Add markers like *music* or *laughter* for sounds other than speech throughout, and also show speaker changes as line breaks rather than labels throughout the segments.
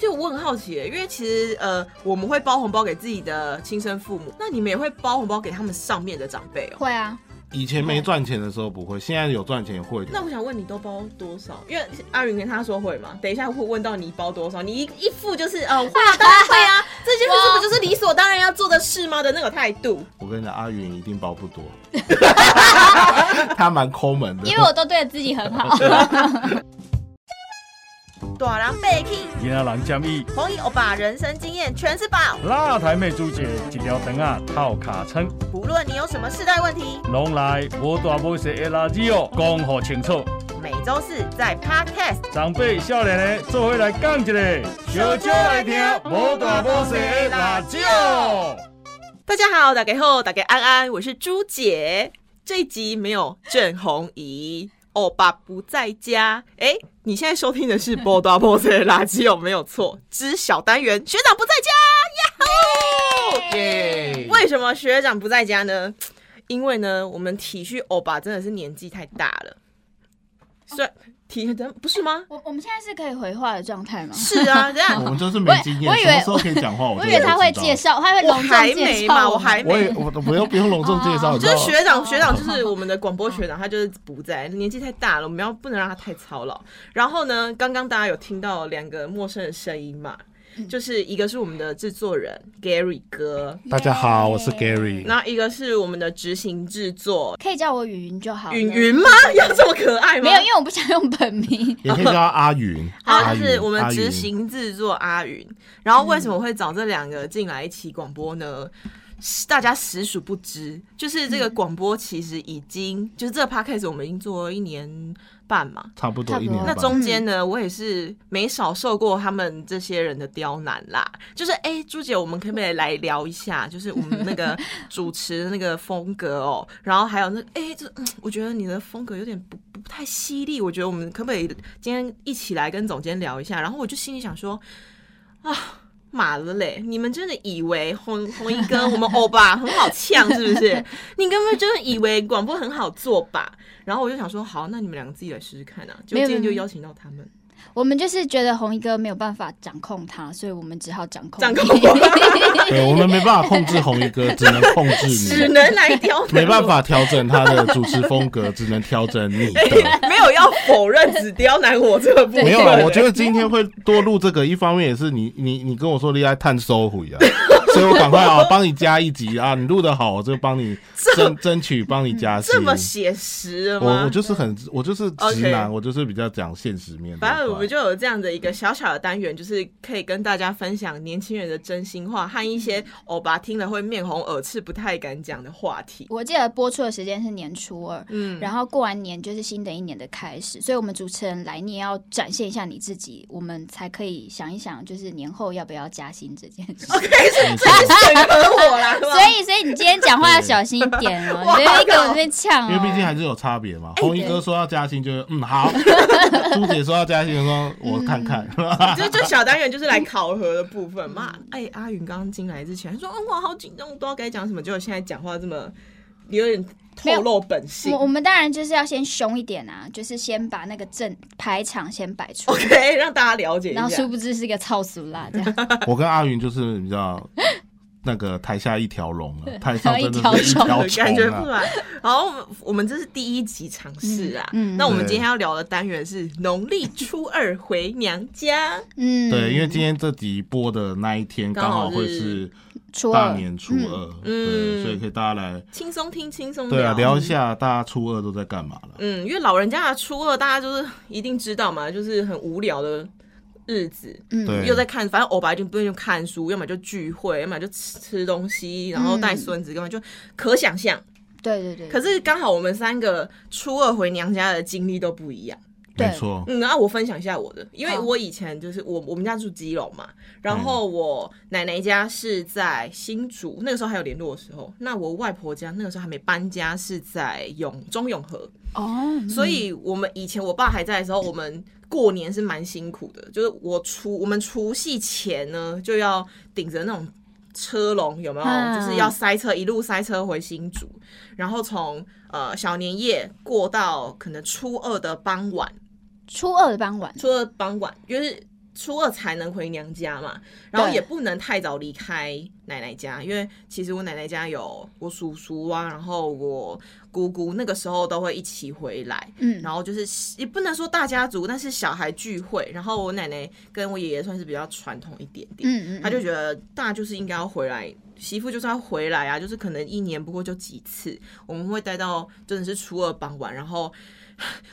对我很好奇耶，因为其实呃，我们会包红包给自己的亲生父母，那你们也会包红包给他们上面的长辈哦。
会啊，
以前没赚钱的时候不会，现在有赚钱会。
那我想问你都包多少？因为阿云跟他说会嘛，等一下会问到你包多少，你一一副就是呃会啊，当然会啊，这件事不就是理所当然要做的事吗的那个态度。
我跟你讲，阿云一定包
*laughs*
不多，他蛮抠门的。
*laughs* 因为我都对自己
*laughs*
很好。
啊短郎被 king，
今仔人建议，
红衣欧巴人生经验全是宝，
哪台妹主姐一条肠啊套卡称，
不论你有什么世代问题，
拢来无大无小的垃圾哦，讲好清楚。
每周四在 podcast。
长辈少年的做伙来讲一个，小少来听无大无小的辣椒。
大家好，打给后，打给安安，我是朱姐。这一集没有郑红怡，欧巴不在家。哎、你现在收听的是《波多波塞的垃圾》，有没有错？之小单元，学长不在家，呀吼！
耶
为什么学长不在家呢？因为呢，我们体恤欧巴真的是年纪太大了，虽然体等不是吗？
我我们现在是可以回话的状态吗？
是啊，这
我
样
们就是没经验，
我以
什
为
么时候可以讲话？
我
我
以为他会介
介绍，
绍，他会
我
隆重
还
介
没
绍
嘛，
们
我还
我
没
也我都不用不用隆重介
哦
绍，你知
就
道哦
是
吗
学长，学长就是我们的广播学长，他就是不在，年纪太大了，我们要不能让他太操劳。然后呢，刚刚大家有听到两个陌生的声音嘛，就是一个是我们的制作人 Gary 哥，
大家好，我是 Gary。
那一个是我们的执行制作
可以叫我雨云就好了。
云云吗？ *laughs* 要这么可爱吗？
没有，因为我不想用本名。 *laughs*
也可以叫他阿云，
*laughs* 好，
阿
就
云
是我们
阿云
执行制作阿云。然后为什么会找这两个进来一起广播呢？是大家实属不知，就是这个广播其实已经，就是这个 podcast 我们已经做了一年半嘛。
差不多
差不
一
多
年
那
半。
中间呢，我也是没少受过他们这些人的刁难啦。就是哎、朱姐，我们可不可以来聊一下？就是我们那
*laughs*
个主持的那个风格哦，然后还有那哎、这嗯我觉得你的风格有点不不太犀利，我觉得我们可不可以今天一起来跟总监聊一下？然后我就心里想说，啊。妈了嘞！你们真的以为红红衣哥我们欧巴 *laughs* 很好呛是不是？你根本真的以为广播很好做吧？然后我就想说，好，那你们两个自己来试试看啊。就
没有
今天
没有
就邀请到他们，
我们就是觉得红衣哥没有办法掌控他，所以我们只好掌控
掌控
你
*laughs* 对，我们没办法控制红衣哥，只能控
*laughs*
制
只
你，
能来挑战，
没办，法调整他的主持风格，只能调整你
*laughs*
的。
没有要否认只刁难我这个部分。
没有啦，我觉得今天会多录这个，一方面也是你你你跟我说你在探收回啊， *laughs* 所以我赶快啊帮你加一集啊，你录的好，我就帮你争争取帮你加薪
这。么写实了
我我
吗？
就是很我就是直
OK
男，我就是比较讲现实面的一块。
反正我们就有这样的一个小小的单元，就是可以跟大家分享年轻人的真心话和一些欧巴听了会面红耳赤、不太敢讲的话
*laughs*
题。
*laughs* 我记得播出的时间是年初二，
嗯，
然后过完年就是新的一年的开始，所以我们主持人来，你也要展现一下你自己，我们才可以想一想，就是年后要不要加薪这件事。所
审核我啦，是吧
以，所以你今天讲话要小心一点哦，
*laughs* 哇
你不要跟我这边呛哦。
因为毕竟还是有差别
哎
嘛。红衣哥说要加薪，就是嗯
*laughs*
好；朱姐说要加薪，就说我看看。
就就小单元就是来考核的部分嘛。哎、阿云刚刚进来之前还说，嗯，我好紧张，我不知道该讲什么，结果现在讲话这么有点透露本性
我。我们当然就是要先凶一点啊，就是先把那个正排场先摆出来， *laughs*
OK，让大家了解一
然后
下
殊。不知是个操俗啦，这样
*laughs*
*laughs*
我跟阿云就是比较那个台下一条龙了，台上真的是一
一条
*laughs*
条
感觉
虫
不出
啊。
来。好，我们我们这是第一集尝试啊。
嗯嗯
那我们今天要聊的单元是农历初二回娘家。
嗯，
对，因为今天这集播的那一天刚好会是
初
大
二
年初二，
嗯
对，所以可以大家来
轻松听，轻松
对啊聊一下大家初二都在干嘛了。
嗯，因为老人家的初二，大家就是一定知道嘛，就是很无聊的日子，
嗯
对
又在看，反正欧巴就不用看书，要么就聚会，要么就吃吃东西，然后带孙
嗯
子，根本就可想象。
对对对，
可是刚好我们三个初二回娘家的经历都不一样。
对
没错，
嗯，那我分享一下我的，因为
好
我以前就是我我们家住基隆嘛，然后我奶奶家是在新竹，那个时候还有联络的时候，那我外婆家那个时候还没搬家，是在永中永和，
哦，
所以我们以前我爸还在的时候，我们过年是蛮辛苦的，就是我除我们除夕前呢就要顶着那种车笼，有没有？
嗯
就是要塞车，一路塞车回新竹，然后从呃小年夜过到可能初二的傍晚。
初二的傍晚，
初二傍晚，就是初二才能回娘家嘛，然后
对
也不能太早离开奶奶家，因为其实我奶奶家有我叔叔啊，然后我姑姑，那个时候都会一起回来。
嗯，
然后就是也不能说大家族，但是小孩聚会。然后我奶奶跟我爷爷算是比较传统一点点，
嗯嗯，
他就觉得大就是应该要回来，媳妇就是要回来啊，就是可能一年不过就几次，我们会待到真的是初二傍晚，然后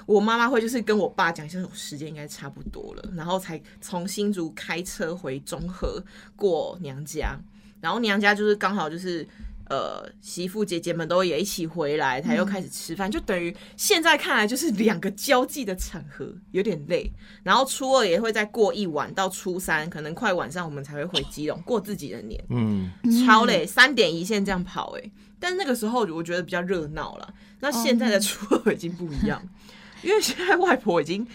我妈妈会就是跟我爸讲一下，时间应该差不多了，然后才从新竹开车回中和过娘家，然后娘家就是刚好就是。呃，媳妇姐姐们都也一起回来，才又开始吃饭，就等于现在看来就是两个交际的场合，有点累。然后初二也会再过一晚，到初三可能快晚上我们才会回基隆过自己的年，
嗯，
超累，三点一线这样跑哎、欸。但是那个时候我觉得比较热闹了，那现在的初二已经不一样，因为现在外婆已经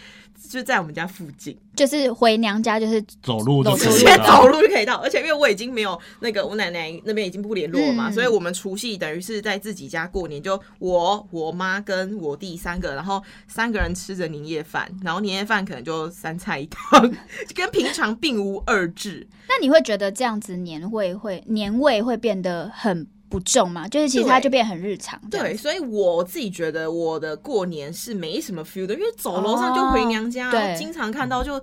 就在我们家附近，
就是回娘家就是
走路就
走
可
路
直
以
接
了啊
走路就可以到，而且因为我已经没有那个我奶奶那边已经不联络了嘛，
嗯
所以我们除夕等于是在自己家过年，就我、我妈跟我弟三个，然后三个人吃着年夜饭，然后年夜饭可能就三菜一汤， *laughs* 就跟平常并无二致。
那你会觉得这样子年味会年味会变得很不重吗？就是其实它
对
就变得很日常这样子。
对，所以我自己觉得我的过年是没什么 feel 的，因为走楼上就回娘家，
哦
然后
对
经常看到就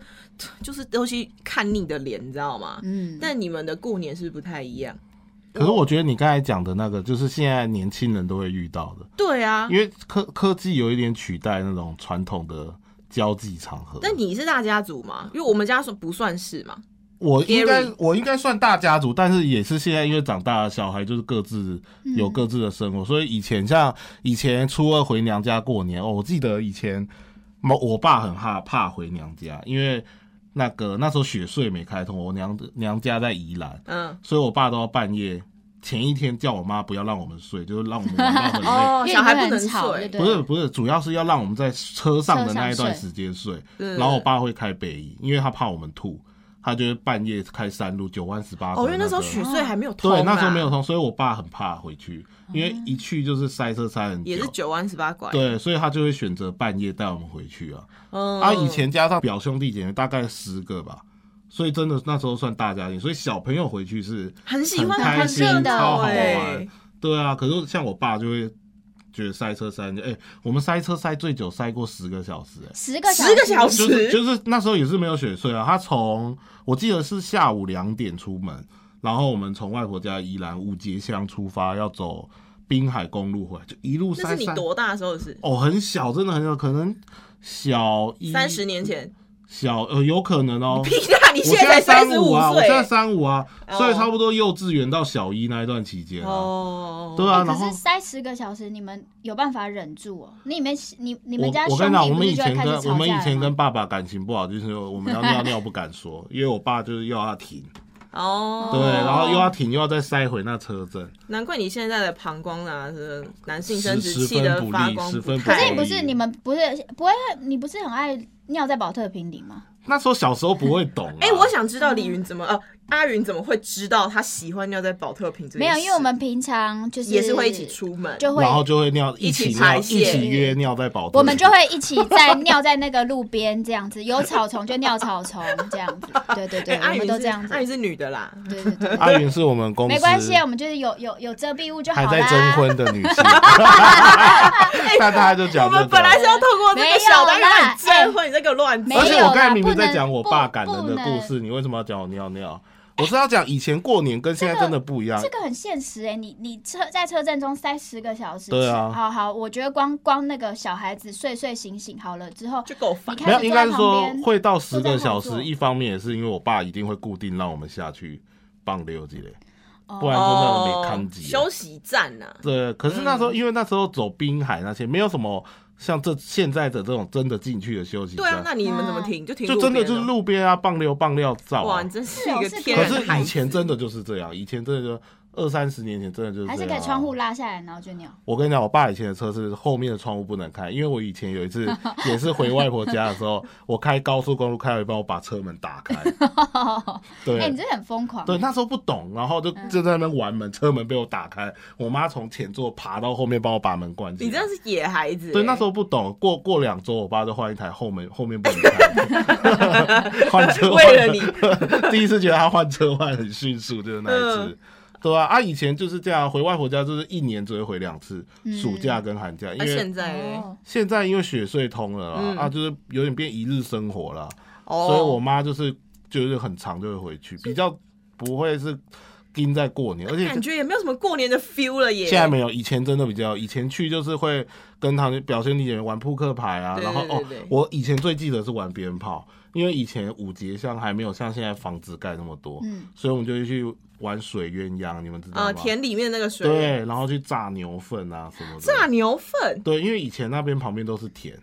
就是都是看腻的脸，你知道吗？
嗯，
但你们的过年是不是不太一样？
可是我觉得你刚才讲的那个，就是现在年轻人都会遇到的，
对啊，
因为科科技有一点取代那种传统的交际场合。
但你是大家族嘛？因为我们家说不算是嘛。
我应该
Gary
我应该算大家族，但是也是现在因为长大了，小孩就是各自
嗯
有各自的生活，所以以前像以前初二回娘家过年哦，我记得以前某我爸很怕怕回娘家，因为那个那时候雪隧没开通，我娘娘家在宜兰，
嗯，
所以我爸都要半夜前一天叫我妈不要让我们睡，就是让我们玩到
*laughs*
很累。
因为
小孩
你会
不能
很吵，对
睡，
哦对
不是不是，主要是要让我们在车上的
车上
那一段
睡
时间睡。
对
然后我爸会开北移，因为他怕我们吐，他就会半夜开山路九弯十八
哦，
拐
因为那时候
个
许穗还没有通、啊，
对，那时候没有，通，所以我爸很怕回去，因为一去就是塞车塞很久。
也是九弯十八拐。，
对，所以他就会选择半夜带我们回去啊。
嗯
啊，以前加上表兄弟姐妹大概十个吧，所以真的那时候算大家庭，所以小朋友回去是，
很喜欢啊
很开
很
心
热
超
闹
好
哎
玩，对啊。可是像我爸就会觉得塞车塞很久，哎、我们塞车塞最久塞过十个小时、哎。
十个
十个小时
就是就是那时候也是没有雪隧啊，他从我记得是下午两点出门，然后我们从外婆家宜兰五节乡出发，要走滨海公路回来，就一路
那
塞
是你
塞。
多大的时候的事？
哦，很小，真的很小，可能小一
三十年前，
小呃，有可能哦。
屁大！你
我
现在才
三
三十
五啊，我
岁
现在三五啊，
哦
所以差不多幼稚园到小一那一段期间啊，
哦，
对啊，
哎可
然后
是塞十个小时，你们有办法忍住哦？你们你你
我
们家
我
兄
跟你讲，
弟
我
不
们
是
以
就会
前
开始
跟
吵架
我们以前
了
跟
吗
爸爸感情不好，就是我们要尿尿不敢说，因为我爸就是要他停，
哦，
对，然后又要停，又要再塞回那车阵。
难怪你现在的膀胱啊，是男性生
十
殖器
十
的
分不利
发光
十分不
可
太
是
利
你不是你们不是不会你不是很爱尿在保特瓶里吗？
那时候小时候不会懂、啊，
哎、我想知道李云怎么呃，阿云怎么会知道他喜欢尿在保特瓶这件
没有，
事
因为我们平常就是
也是会一起，出门，
就会
然后就会尿一起
一起
尿
排
一
泄
起约尿在保特
我们就会一起在尿在那个路边这样子， *laughs* 有草丛就尿草丛这样子，对对对，
哎阿
我
云
们
是
都这样子
阿，云是女的啦，
对对对，
阿云是我们公司
没关系，我们就是有有有遮蔽物就好
还
啦。
在征婚的女
*laughs*
性，但大家就
我
讲这
们
个
本。来是要透过这个小单
没有啦哎
元你征婚，你在给我乱
没
讲
有
而且我
啦
刚才明明
不能
在讲我爸感人的
不
故
能
事，你为什么要讲我尿尿？我是要讲以前过年跟现在真的不一样
这。个很现实哎、你你车在车阵中塞十个小时，
对啊
好好，我觉得光光那个小孩子睡睡醒醒好了之后，
就够烦
你。看
没有，应该是
坐在
说
旁边
会到十个
坐
小
在
时。
旁
一方面也是因为我爸一定会固定让我们下去棒溜之类，
哦
不然真的没看啊机。
哦休息站呐、啊，
对，可是那时候、因为那时候走滨海那些，没有什么像这现在的这种真的进去的休息
对啊
站，，
那你们怎么停？就停
就真的
的
就是路边啊，棒溜棒溜照、
哇，
啊
你。真是一个
是哦是
天
可
然的
是
孩
以
子。
前真的就是这样，以前真的就二三十年前真的就是这
还
样啊
是给窗户拉下来，然后就尿。
我跟你讲，我爸以前的车是后面的窗户不能开，因为我以前有
*laughs*
一次也是回外婆家的时候，我开高速公路开到一半，我把车门打
*laughs*
开，对，啊
哎、你真的很疯狂。
对，那时候不懂，然后就
嗯
就在那边玩门，车门被我打开，我妈从前座爬到后面帮我把门关起来。
你真的是野孩子、欸
对，那时
*laughs* 候
候不懂，过过两周，我爸就换一台后门后面不
*laughs*
能开，换车换
为了
得
你，
*laughs* 第一次觉得他换车换得很迅速，就是那一次，
嗯
对吧、啊？以前就是这样，回外婆家就是一年只会回两次，暑假跟寒假，因
那
为
嗯啊现在欸呢？
嗯哦，
现在因为雪隧通了啦，
嗯
啊，就是有点变一日生活了。
哦，
所以我妈就是就是很长就会回去，比较不会是盯在过年，而且
感觉也没有什么过年的 feel 了耶。
现在没有，以前真的比较，以前去就是会跟堂姐、表兄弟姐妹玩扑克牌啊，
对
然后
对
哦
对对，
我以前最记得是玩鞭炮，因为以前五节巷还没有像现在房子盖那么多，
嗯，
所以我们就会去玩水鸳鸯，你们知道吗？
呃，田里面那个水
对，然后去炸牛粪啊什么的，
炸牛粪，
对，因为以前那边旁边都是田，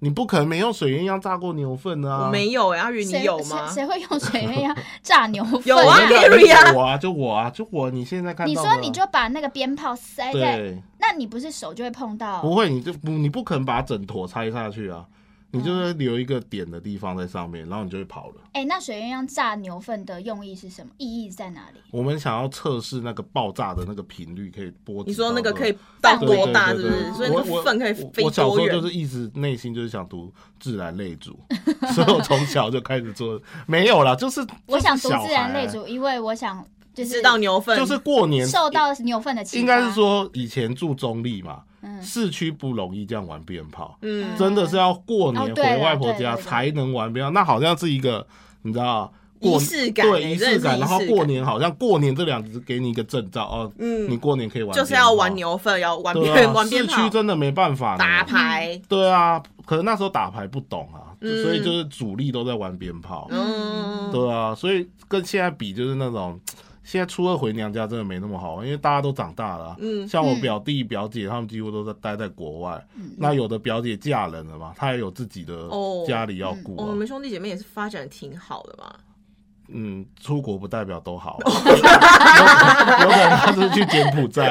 你不可能没用水鸳鸯炸过牛粪的啊，
我没有哎、阿宇
谁
你有吗
谁？谁会用水鸳鸯炸牛粪、
有啊
我那个
Area
我啊，就我啊，就我，你现在看到
你
的啊
说你就把那个鞭炮塞在，
对，
那你不是手就会碰到？
不会，你就不你不肯把整坨拆下去啊，你就是留一个点的地方在上面，然后你就会跑了。
哎、那水鸳鸯炸牛粪的用意是什么？意义在哪里？
我们想要测试那个爆炸的那个频率，可以波及
你说
到
那个可以到
放
对
多大？是
对
不
对
是？
对
所以那
我
个
我
粪可以
我
飞
我小
多
时候
远？
就是一直内心就是想读自然类组， *laughs* 所以我从小就开始做，没有啦，就是
我想
就
读
是小
自然
孩啊
类组，因为我想嗯就是
知道牛粪
就是过年
受到牛粪的启发。
应该是，说以前住中立嘛，
嗯
市区不容易这样玩鞭炮，
嗯，
真的是要过
哦
年回
啊
对啦
外婆
对
家
对对
才能玩鞭炮，那好像是一个你知道过
仪式感
对
欸
仪
真的
式
是
感，
仪
然后
式
过
感
年好像过年这两个字给你一个证照哦，
嗯
你过年可以玩，
就是要玩，牛粪，要玩
对
鞭
啊，
*laughs* 玩
市
鞭
区
炮、
真的没办法呢
打牌，
对啊，可能那时候打牌不懂啊，就
嗯
所以就是主力都在玩鞭炮，
嗯，
对啊，所以跟现在比就是那种。现在初二回娘家真的没那么好玩，因为大家都长大了啊、
嗯
像我表弟表姐他们几乎都在待在国外。
嗯
那有的表姐嫁人了嘛，她也有自己的
哦
家里要顾、
哦，
啊
你们兄弟姐妹也是发展得挺好的嘛。
嗯，出国不代表都好、
哦
有可能 *laughs* 有可能她是去柬埔寨，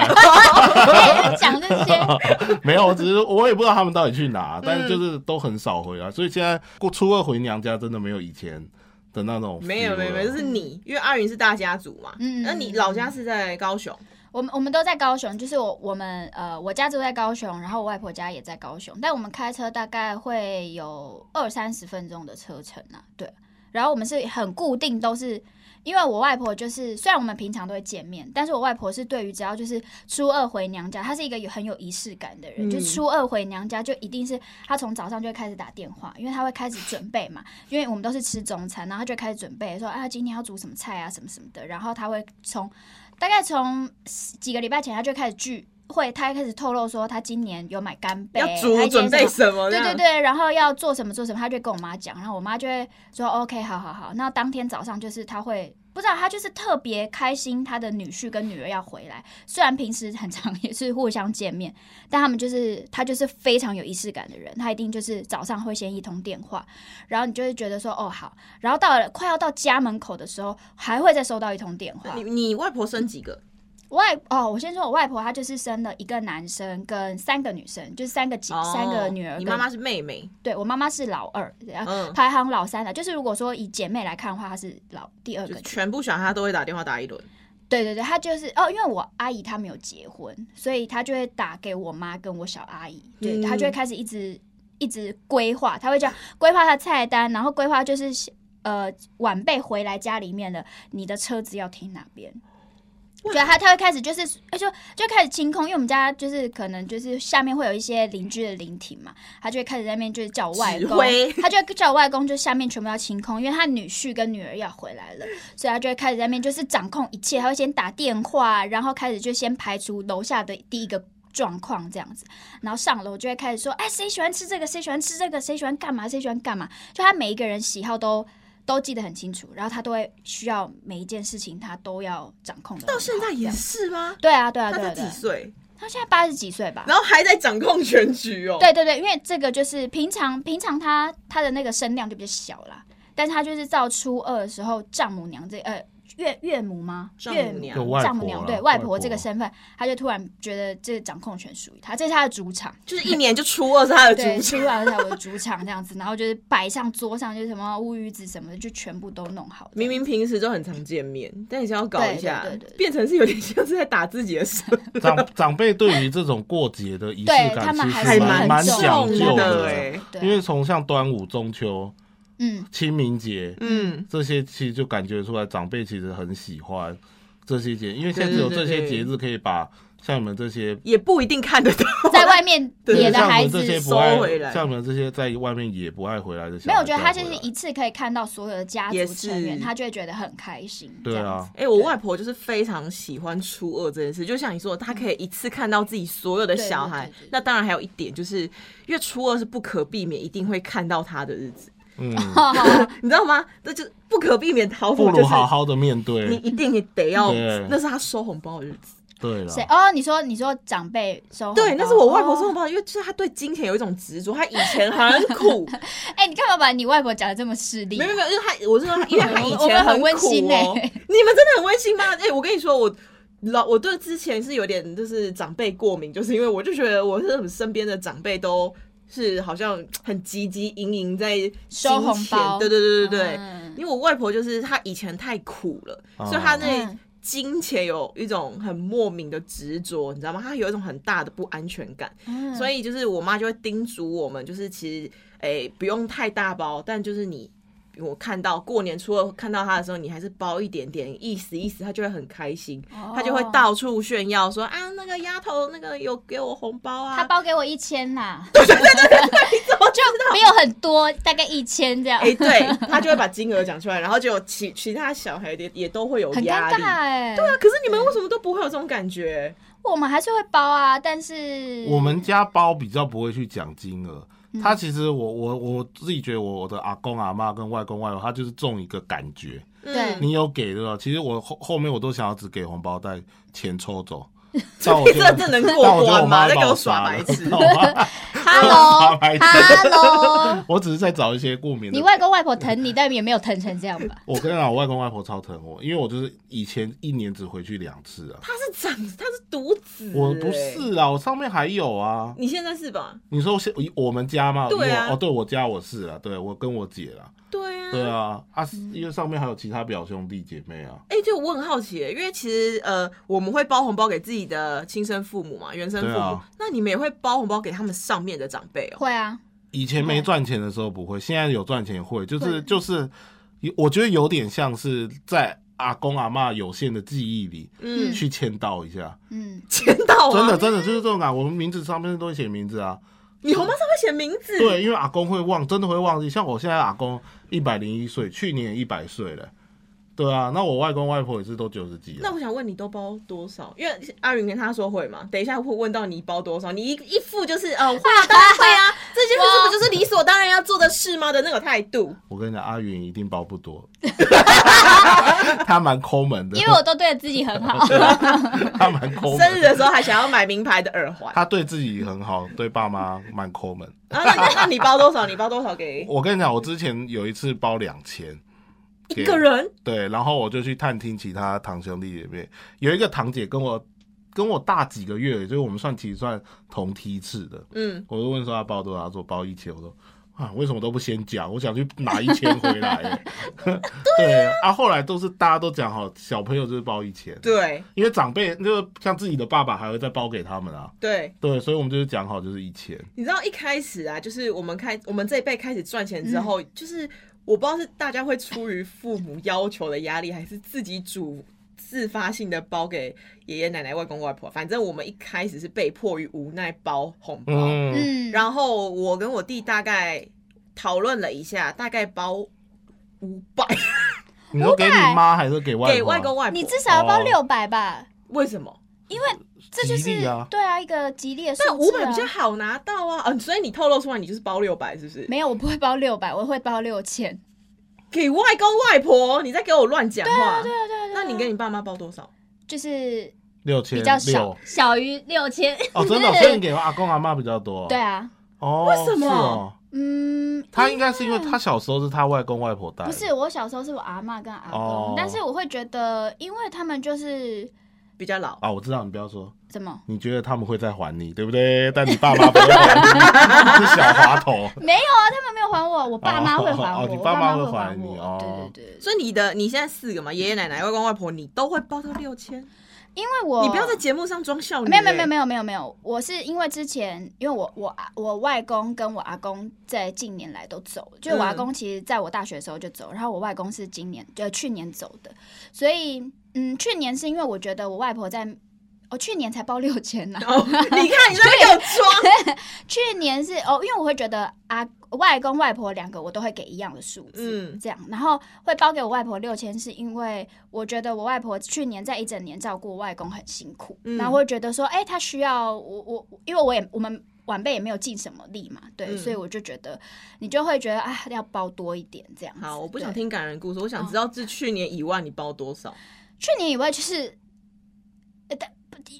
哎讲这些，
没有，只是我也不知道他们到底去哪，
嗯
但是就是都很少回来，所以现在过初二回娘家真的没有以前的那种 feel 啊了。
没有没有没有，就是你，因为阿云是大家族嘛，
嗯
那你老家是在高雄，
我们我们都在高雄，就是我我们呃，我家住在高雄，然后我外婆家也在高雄，但我们开车大概会有二三十分钟的车程啊，对。然后我们是很固定，都是因为我外婆就是，虽然我们平常都会见面，但是我外婆是对于只要就是初二回娘家，她是一个有很有仪式感的
嗯
人，就初二回娘家就一定是她从早上就会开始打电话，因为她会开始准备嘛，因为我们都是吃中餐，然后她就会开始准备说啊今天要煮什么菜啊什么什么的，然后她会从大概从几个礼拜前她就开始聚会，她开始透露说她今年有买干贝，
要
她
煮
今
准备
天什么
什么？
对
这
对
样，
对，然后要做什么做什么，他就跟我妈讲，然后我妈就会说 OK，好好好。那当天早上就是他会不知道他就是特别开心，他的女婿跟女儿要回来，虽然平时很常 *laughs* 也是互相见面，但他们就是他就是非常有仪式感的人，他一定就是早上会先一通电话，然后你就会觉得说哦好，然后到了快要到家门口的时候，还会再收到一通电话。
你你外婆生几个？
外哦，我先说我外婆她就是生了一个男生跟三个女生，就是三个姐、三个女
哦
儿跟。啊
你妈妈是妹妹，
对我妈妈是老二，然后
嗯，
排行老三的，就是如果说以姐妹来看的话，她是老第二
就是
个。
全部小孩她都会打电话打一轮，
对对对，她就是哦，因为我阿姨她没有结婚，所以她就会打给我妈跟我小阿姨，对，
嗯
她就会开始一直一直规划，她会这样规划她的菜单，然后规划就是呃晚辈回来家里面的，你的车子要停哪边。对，她她会开始就是哎就就开始清空，因为我们家就是可能就是下面会有一些邻居的聆听嘛，她就会开始在那边就是叫我外
指
公，
挥
他就叫我外公，就下面全部要清空，因为他女婿跟女儿要回来
*laughs*
了，所以他就会开始在那边就是掌控一切，他会先打电话，然后开始就先排除楼下的第一个。状况这样子，然后上楼就会开始说，哎，谁喜欢吃这个？谁喜欢吃这个？谁喜欢干嘛？谁喜欢干嘛？就他每一个人喜好都都记得很清楚，然后他都会需要每一件事情他都要掌控的。
到现在也是吗？
对啊，对啊，
她
对啊，
才
对
几
啊
岁？
他现在八十几岁吧？
然后还在掌控全局哦。
对对对，因为这个就是平常平常他他的那个声量就比较小啦，但是他就是到初二的时候，丈母娘这呃岳岳母吗？
丈
岳
母娘
就外
丈母
婆
娘
啦
对
外
外婆这个
婆
身份，他就突然觉得这掌控权属于他，这是他的主场。
就是一年就初二是他的
对，
主
去
场，
外在我的主场这样子，然后就是摆上桌上就是什么乌鱼子什么的，就全部都弄好。
明明平时都很常见面，但你现在要搞
对
一下
对对对，对
变成是有点像是在打自己的手。
长长辈对于这种过节的仪式
对他
感
们
其
还
实
是
蛮
很
蛮
重
讲
的
究的，
哎，
对，
因为从像端午、中秋、
嗯，
清明节
嗯，
这些，其实就感觉出来长辈其实很喜欢这些节，因为现在只有这些节日可以把像你们这些。
也不一定看得到。
*laughs* 在外面
对
野的
像你
孩
们
子
这些不
收
爱
回来，
像你们这些在外面也不爱回来的小
没
孩
有，
叫
我
回
觉得
来，
他就是一次可以看到所有的家
也
族
是
成员，他就会觉得很开心。
对
这样
啊
子，，
哎、我外婆就是非常喜欢初二这件事，就像你说的，她可以一次看到自己所有的小孩。
对对对对
那当然还有一点，就是因为初二是不可避免一定会看到她的日子， *laughs*
嗯，
*laughs*
你知道吗？那就是不可避免逃
不
不
如
就是
好好的面
你
对。
一定也得要
对，
那是她收红包的日子。
对了
谁，？哦，你说你说长辈收红
对，
包
那是我外婆收红
哦
包，因为就是她对金钱有一种执着，她以前很
*laughs*
苦，
哎，你干嘛把你外婆讲的这么势利
没
啊？
有没有，因为她我是说她，因为
*laughs*
她以
我
前
们
很
很
苦
温馨
哦
欸
你们真的很温馨吗？哎、我跟你说，我老我对之前是有点就是长辈过敏，就是因为我就觉得我是很身边的长辈都是好像很积极盈盈在金
收
钱
红包
对对对对对。
嗯
因为我外婆就是她以前太苦了，
哦
所以她对
嗯
金钱有一种很莫名的执着，你知道吗？她有一种很大的不安全感。
嗯
所以就是我妈就会叮嘱我们，就是其实诶、不用太大包，但就是你我看到过年初二看到他的时候，你还是包一点点意思意思，他就会很开心，
哦
他就会到处炫耀说啊那个丫头那个有给我红包
他
啊。
包给我一千呐，对对对对，就没有很多，大概一千这样
哎、，
*laughs*
对他就会把金额讲出来，然后就其其他小孩也也都会有
很
压
尴
力。
*laughs* 尬
对
哎。
啊，可是你们为什么都不会有这种感觉？
我们还是会包啊，但是
我们家包比较不会去讲金额。
嗯
他其实我我我自己觉得我我的阿公阿妈跟外公外婆，他就是中一个感觉，
对
嗯，
你有给的。啊其实我后后面我都想要只给红包，但钱抽
*laughs*
走。但我觉
这
得
这能
但
过
我觉得
关
我
吗？
妈
在给
把
我
我
耍
杀
白
了
痴。
*laughs* 我妈
Hello
白痴
Hello，
我只是在找一些过敏的
你外公外婆疼你，但也没有疼成这样吧？
我跟你讲，我外公外婆超疼我，因为我就是以前一年只回去两次啊。
他是长，他是独子、
我不
哎，
是啊，我上面还有啊。
你现在是吧？
你说现我们家吗？
对啊
我哦，对我家我是啊，对我跟我姐啦，
对啊，
对啊，啊，因为上面还有其他表兄弟姐妹啊，
哎、就我很好奇耶，因为其实呃，我们会包红包给自己的亲生父母嘛，原生父母，
对啊
那你们也会包红包给他们上面的长辈哦、
会啊，
以前没赚钱的时候不会，现在有赚钱会，就是
对
就是，我觉得有点像是在阿公阿嬷有限的记忆里
嗯，
去签到一下，
嗯，
*laughs* 签到啊，
真的真的就是这种感，我们名字上面都会写名字啊，
你红包上会写名字，
对，因为阿公会忘，真的会忘记。像我现在阿公一百零一岁，去年一百岁了，对啊，那我外公外婆也是都九十几了
那。我想问你都包多少？因为阿云跟他说会嘛，等一下会问到你包多少，你一一副就是呃会啊，当然会 *laughs* 啊，这些事是不就是理所当然要做的事吗的那个态度？
我跟你讲，阿云一定包不多， *laughs* 他蛮抠门的，
因为我都对自己很好，
*laughs* 他蛮抠
生日
门的，
的时候还想要买名牌的耳
*laughs*
环，
他对自己很好，对爸妈蛮抠门。
啊，那那你包多少？你包多少给
我跟你讲，我之前有一次包两千，
一个人？
对，然后我就去探听其他堂兄弟姐妹，有一个堂姐跟我跟我大几个月，就是我们算其实算同梯次的，
嗯，
我就问说他包多少，他说包一千，我说啊，为什么都不先讲？我想去拿一千回来。欸 *laughs* 对啊，后来都是大家都讲好，小朋友就是包一千，
对
因为长辈就是像自己的爸爸还会再包给他们啊，
对，
对，所以我们就是讲好就是一千，
嗯
你知道一开始啊，就是我们开我们这一辈开始赚钱之
嗯
后，就是我不知道是大家会出于父母要求的压力，还是自己主自发性的包给爷爷奶奶、外公外婆。反正我们一开始是被迫于无奈包红包，
嗯，
嗯，
然后我跟我弟大概讨论了一下，大概包。五百
你说给你妈还是给外
给外公
外
外婆，
你至少要包
哦
六百吧，
为什么？
因为这就
吉
是
利啊
对啊，一个吉利的数字、
但
啊。
五百比较好拿到啊，嗯、所以你透露出来，你就是包六百，是不是？
没有，我不会包六百，我会包六千。
给外公外婆，你在给我乱讲话。
对啊对啊对啊，
那你跟你爸妈包多少？
就是
六千
比较
六
少，小于六千。
哦，真的，
对
所以你给阿公阿妈比较多，
对啊，
哦，
为什么
是哦
嗯，
他应该是因为他小时候是他外公外婆带的，
不是我小时候是我阿嬷跟阿公，
哦
但是我会觉得，因为他们就是
比较老。
啊？我知道你不要说，
怎么
你觉得他们会再还你，对不对？但你爸妈不会还你，是小滑头。 *laughs*
没有啊？他们没有还我，我爸妈会还我，
哦哦你
我
爸妈
妈
会还
还
你
我，
哦
对对对，
所以你的你现在四个嘛，爷爷奶奶、外公外婆，你都会报到六千。
因为我
你不要在节目上装笑女、
没有没有没有
有，
没有没有没有，我是因为之前因为我我阿我外公跟我阿公在近年来都走了，就我阿
嗯
公其实在我大学的时候就走，然后我外公是今年就去年走的，所以嗯，去年是因为我觉得我外婆在，我、去年才报六千啊呐，
哦、你看你在那边给我
*laughs*
装，
去年是哦，因为我会觉得啊，外公外婆两个我都会给一样的数字，
嗯
这样，然后会包给我外婆六千，是因为我觉得我外婆去年在一整年照顾我外公很辛苦，
嗯
然后会觉得说，哎、她需要我我，因为我也我们。晚辈也没有尽什么力嘛，对，
嗯
所以我就觉得你就会觉得啊，要包多一点这样子。
好，我不想
对。哦
听感人故事，我想知道自去年以外你包多少。 *laughs*
去年以外就是，呃，但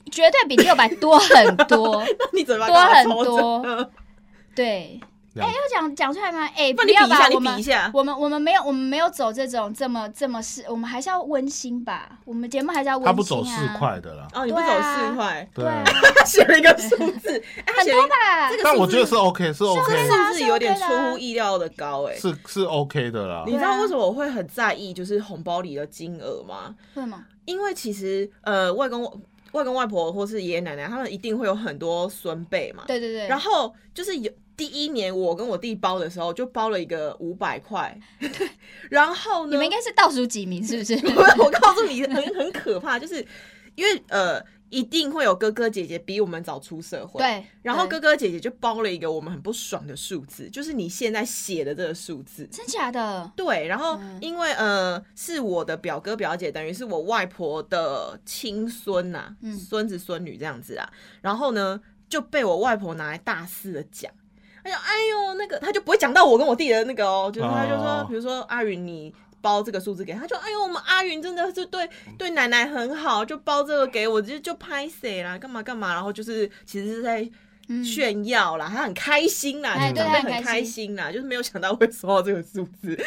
绝对比六百多很
*laughs*
多，
那你怎么
多很多
多？
对。
两
哎、要讲讲出来吗？哎、
不然
不
你
要
比一
吧
下，，你
我
比
们
一下。
我们我们没有我们没有走这种这么这么是，我们还是要温馨吧。我们节目还是要温馨、啊。
他不走四，块的啦，
哦，你不走
对啊
四块， *laughs*
对啊，
他写了一个数字，哎他
很
写了
多
一个
吧？
这个
但我觉得是 OK，是
这
OK，
个数字有点
是
出
OK 的啊啊
乎意料的高哎。
是啊是 OK 的啦
你。知道为什么我会很在意就是红包里的金额吗？
会吗？
因为其实呃，外公外公外婆或是爷爷奶奶，他们一定会有很多孙辈嘛。
对对对。
然后就是有第一年我跟我弟包的时候，就包了一个五百
*laughs*
块，然后呢，
你们应该是倒数几名，是
*laughs*
不是？
不 *laughs* 是，我告诉你，很很可怕，就是因为呃，一定会有哥哥姐姐比我们早出社会。。
对。
然后
对
哥哥姐姐就包了一个我们很不爽的数字，就是你现在写的这个数字。
真假的，
对，然后
嗯
因为呃是我的表哥表姐，等于是我外婆的亲孙呐、
嗯
孙子孙女这样子啊。然后呢就被我外婆拿来大肆的讲，她就哎呦那个，她就不会讲到我跟我弟的那个哦，就是她就说，
哦
比如说阿云你。包这个数字给她她就哎呦，我们阿云真的是对对奶奶很好，就包这个给我，就就拍谁啦，干嘛干嘛，然后就是其实是在
嗯，
炫耀啦，他很开心啦，
哎
就
对
长辈
他很
很
开
开心啦，就是没有想到会收到这个数字，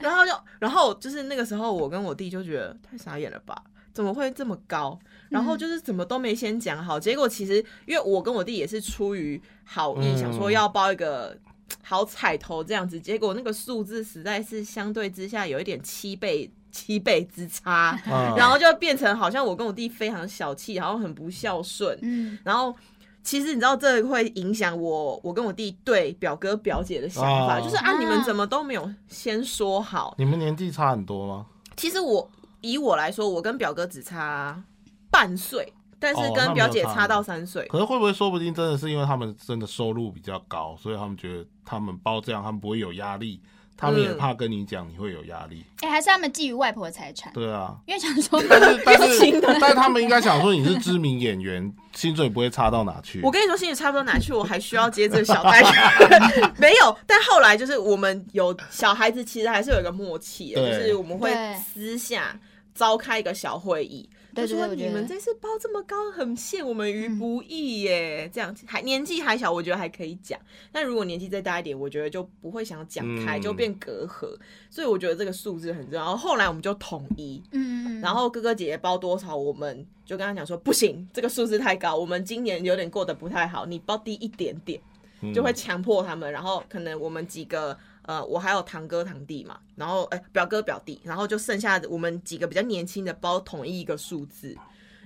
然后就，然后就是那个时候，我跟我弟就觉得太傻眼了吧。怎么会这么高？然后就是怎么都没先讲好，结果其实因为我跟我弟也是出于好意，
嗯
想说要包一个好彩头这样子，结果那个数字实在是相对之下有一点七倍七倍之差，
嗯
然后就变成好像我跟我弟非常小气，然后很不孝顺，
嗯，
然后其实你知道，这会影响我我跟我弟对表哥表姐的想法，
哦
就是啊，
啊
你们怎么都没有先说好？
你们年纪差很多吗？
其实我以我来说，我跟表哥只差半岁，但是
哦那
跟
没
表
哦有
姐
差
差到
很
三岁。
可是会不会说不定真的是因为他们真的收入比较高，所以他们觉得他们包这样，他们不会有压力，他们也怕跟你讲你会有压力。
哎、还是他们觊觎外婆的财产，
对啊，
因为想说， *laughs*
但是但
要
是
亲
但是他们应该想说你是知名演员，薪水不会差到哪去。
我跟你说，心里差不多哪去，我还需要接这个小
*laughs*
贷款，没有。但后来就是我们有小孩子，其实还是有一个默契，就
对
是我们会
对
私下召开一个小会议，
对
就说
对对嗯我觉
你
得
们这次包这么高，很陷我们于不义耶。这样还年纪还小，我觉得还可以讲。但如果年纪再大一点，我觉得就不会想讲开，
嗯
就变隔阂。所以我觉得这个数字很重要。然后后来我们就统一，
嗯，嗯
然后哥哥姐姐包多少，我们就跟他讲说不行，这个数字太高，我们今年有点过得不太好，你包低一点点，
嗯
就会强迫他们。然后可能我们几个，呃，我还有堂哥堂弟嘛，然后哎、表哥表弟，然后就剩下的我们几个比较年轻的包统一一个数字。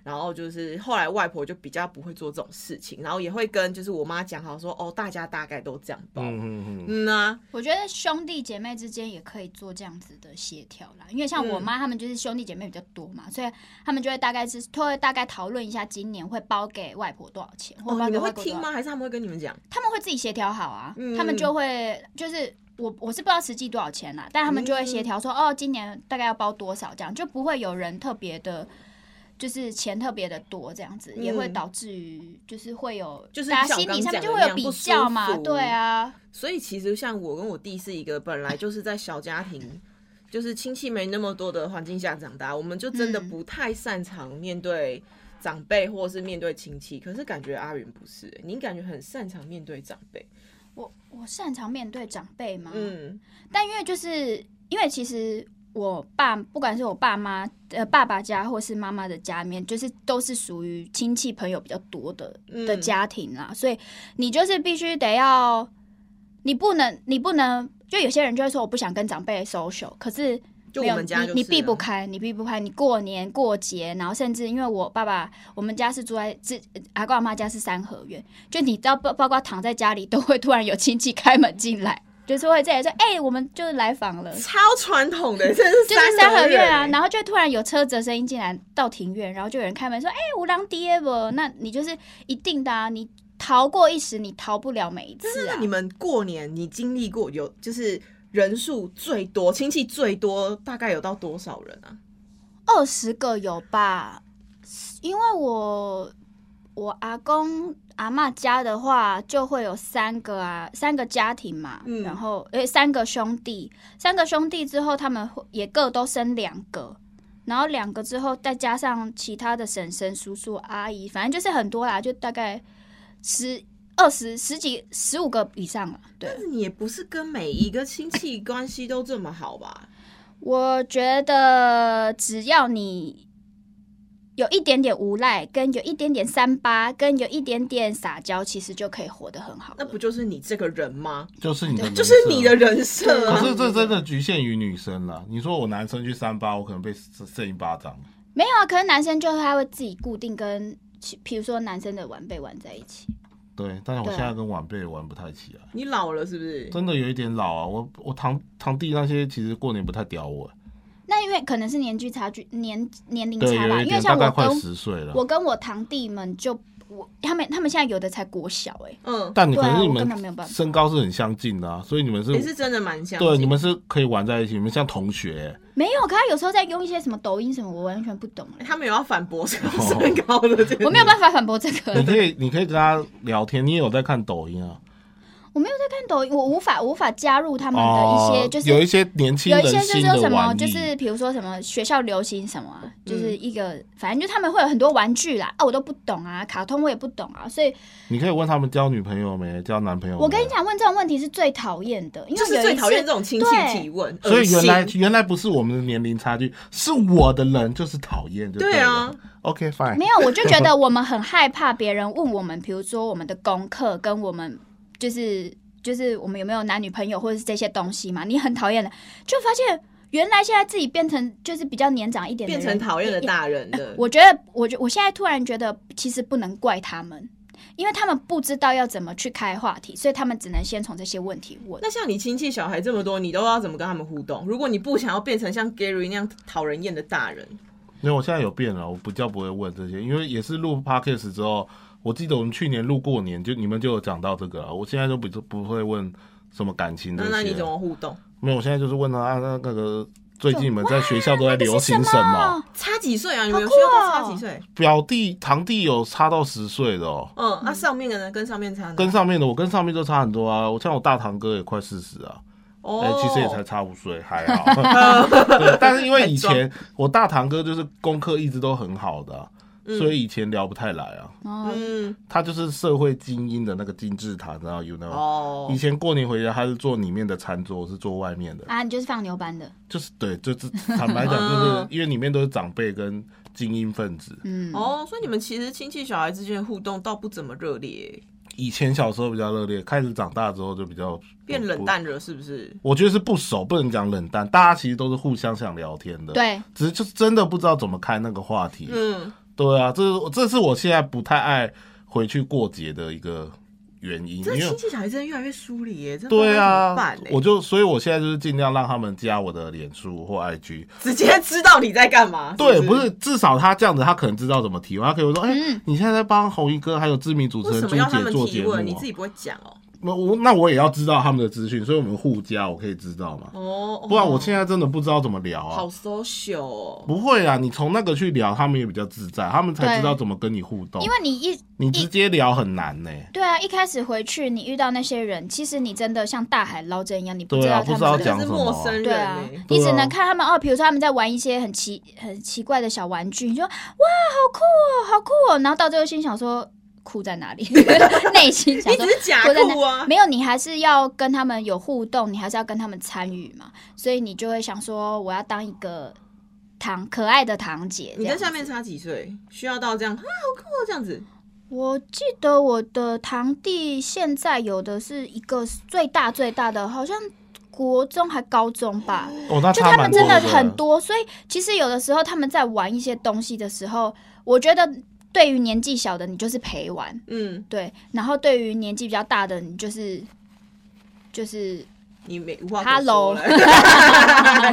然后就是后来外婆就比较不会做这种事情，然后也会跟就是我妈讲好说哦，大家大概都这样包，
嗯嗯嗯，
嗯啊，
我觉得兄弟姐妹之间也可以做这样子的协调啦，因为像
嗯
我妈他们就是兄弟姐妹比较多嘛，所以他们就会大概是都会大概讨论一下今年会包给外婆多少钱，或
哦，
包
你
给
们
外
会
婆多
听
少
吗？还是他们会跟你们讲？
他们会自己协调好啊，
嗯
他们就会就是我我是不知道实际多少钱啦，但他们就会协
嗯
调说、哦，今年大概要包多少这样，就不会有人特别的。就是钱特别的多，这样子、
嗯
也会导致于就是会有，
就是
大家
像
心
刚
理上
讲
面就
的
会
那
有
样
比
不舒
较嘛，
服
对啊，
所以其实像我跟我弟是一个本来就是在小家庭， *laughs* 就是亲戚没那么多的环境下长大，我们就真的
嗯
不太擅长面对长辈或是面对亲戚。可是感觉阿云不是、欸，你感觉很擅长面对长辈，
我我擅长面对长辈吗？
嗯，
但因为就是因为其实我爸不管是我爸妈呃爸爸家或是妈妈的家里面，就是都是属于亲戚朋友比较多的
嗯
的家庭啦，所以你就是必须得要，你不能你不能就有些人就会说我不想跟长辈 social，可是
就
没
我
有
们家就是
你你避
啊
不开，你避不开，你过年过节，然后甚至因为我爸爸，我们家是住在自阿公阿妈家是三合院，就你到包包括躺在家里，都会突然有亲戚开门进来，就是会这样说，哎、我们就是来访了。
超传统的，真是
就是三合院啊，
欸
然后就突然有车子的声音进来到庭院，然后就有人开门说：“哎、五郎爹不？”那你就是一定的啊，你逃过一时，你逃不了每一次
那
啊
你。们过年你经历过有就是人数最多、亲戚最多，大概有到多少人啊？
二十个有吧？因为我我阿公阿嬷家的话，就会有三个啊，三个家庭嘛，
嗯
然后诶三个兄弟，三个兄弟之后，他们会也各都生两个。然后两个之后，再加上其他的婶婶、叔叔、阿姨，反正就是很多啦，就大概十、二十、十几、十五个以上了。对，
但是你也不是跟每一个亲戚关系都这么好吧？
我觉得只要你有一点点无赖，跟有一点点三八，跟有一点点撒娇，其实就可以活得很好了。
那不就是你这个人吗？
就是你的人设，
就是你的人设
可
啊！
是这真的局限于女生啦。你说我男生去三八，我可能被扇扇一巴掌。
没有啊？可是男生就是他会自己固定跟其，比如说男生的晚辈玩在一起。
对，但是我
对啊
现在跟晚辈也玩不太起来，
你老了是不是？
真的有一点老啊。我我堂堂弟那些其实过年不太屌我，
那因为可能是年纪差距、年年龄
对，
差
有
吧，
一
因为
点大
像
概
我
快
跟
十岁了。
我跟我堂弟们就我他们他们现在有的才国小哎、欸
嗯，
但你可
对啊
能你
我根本没有
们
办法
身高是很相近的啊，所以你们是
也是真的蛮像。
对你们是可以玩在一起，你们像同学。
没有，可他有时候在用一些什么抖音什么，我完全不懂欸
哎他们有要反驳身
哦
身高的这个，
我没有办法反驳这个。
你可以你可以跟他聊天，你也有在看抖音啊。
我没有在看抖音，我无法无法加入他们
哦，
的一些，就是
有一些年轻
有
人
一些就是
新
说什
的
么，
玩意，
就是比如说什么学校流行什么啊、就是一个
嗯
反正就他们会有很多玩具啦，啊，我都不懂啊，卡通我也不懂啊，所以
你可以问他们交女朋友没，交男朋友没。
我跟你讲，问这种问题是最讨厌的，因为
就是
有一
最讨厌
次
这种亲戚
对
提问，
所以原来
恶心
原来不是我们的年龄差距，是我的人就是讨厌，就
对
了
啊。
OK
没
fine，
有，我就觉得我们很害怕别人问我们，比如说我们的功课跟我们就是就是我们有没有男女朋友或者是这些东西嘛，你很讨厌的，就发现原来现在自己变成就是比较年长一点的
变
人，
成讨厌的
也
大人的，
我觉得，我觉我现在突然觉得，其实不能怪他们，因为他们不知道要怎么去开话题，所以他们只能先从这些问题问。
那像你亲戚小孩这么多，你都要怎么跟他们互动？如果你不想要变成像 Gary 那样讨人厌的大人，
嗯因为我现在有变了，我比较不会问这些，因为也是录 podcast 之后，我记得我们去年录过年就你们就有讲到这个了，我现在就不不会问什么感情这
那
些。
那你怎么互动？
没有，我现在就是问他啊，那那个最近你们在学校都在流行
这是
什么？？
差几岁啊？你们有
好
需要
酷
到
哦
差几岁？
表弟堂弟有差到十岁的哦，
嗯，那、上面的呢？跟上面差呢？
跟上面的我跟上面就差很多啊，我像我大堂哥也快四十啊。
哦、
哎、其实也才差五岁，还
*laughs*
好。对，但是因为以前我大堂哥就是功课一直都很好的啊、所以以前聊不太来啊。
哦，
嗯
他就是社会精英的那个金字塔，然后 you know，、
哦
以，前过年回家他是做里面的餐桌，我是做外面的，
啊，你就是放牛班的，
就是对，
*laughs*
就是坦白讲，
嗯
就是因为里面都是长辈跟精英分子。
嗯，
哦，所以你们其实亲戚小孩之间的互动倒不怎么热烈，
以前小时候比较热烈，开始长大之后就比较
变冷。淡了，是不是？
我觉得是不熟，不能讲冷淡，大家其实都是互相想聊天的，，
对，
只是就是真的不知道怎么开那个话题。
嗯，
对啊，这是我这是我现在不太爱回去过节的一个原因，因
这亲
为
戚小孩真的越来越疏离耶，真的不知
对
道怎么
啊
办欸耶，
我就所以我现在就是尽量让他们加我的脸书或 IG，
直接知道你在干嘛。
对，
不
不是至少他这样子，他可能知道怎么提问，他可以说，哎、
嗯
你现在在帮红衣哥还有知名主持
为
人
什
朱
么要他
姐
们
做
提
节目、
问？你
啊
自，己不会讲哦。
那我那我也要知道他们的资讯，所以我们互加，我可以知道嘛，
哦，
不然我
哦
现在真的不知道怎么聊啊
好。social 哦。
不会啊，你从那个去聊，他们也比较自在，他们才
对
知道怎么跟你互动
因。为你一
你直接聊很难呢、
对啊，一开始回去你遇到那些人，其实你真的像大海捞针一样，你不
对
知
啊
道他
不
们
知道
是
这
讲
是
什么
陌
啊
生人
对啊
欸，
对
你
啊
只能看他们哦，比如说他们在玩一些很奇很奇怪的小玩具，你说哇好酷哦，好酷哦，然后到最后心想说酷在哪里， *laughs* 内心想
你
说
只是假
我在那
酷 *laughs* 啊，
没有，你还是要跟他们有互动，你还是要跟他们参与嘛，所以你就会想说，我要当一个堂可爱的堂姐。
你
这
跟
样子
下面差几岁？需要到这样啊，好酷哦，这样子。
我记得我的堂弟现在有的是一个最大最大的，好像国中还高中吧，
哦，那
就
差
他
蛮
们真的
多
很多，所以其实有的时候他们在玩一些东西的时候，我觉得对于年纪小的你就是陪玩，
嗯，
对，然后对于年纪比较大的你就是就是
你没无话可说
Hello
了。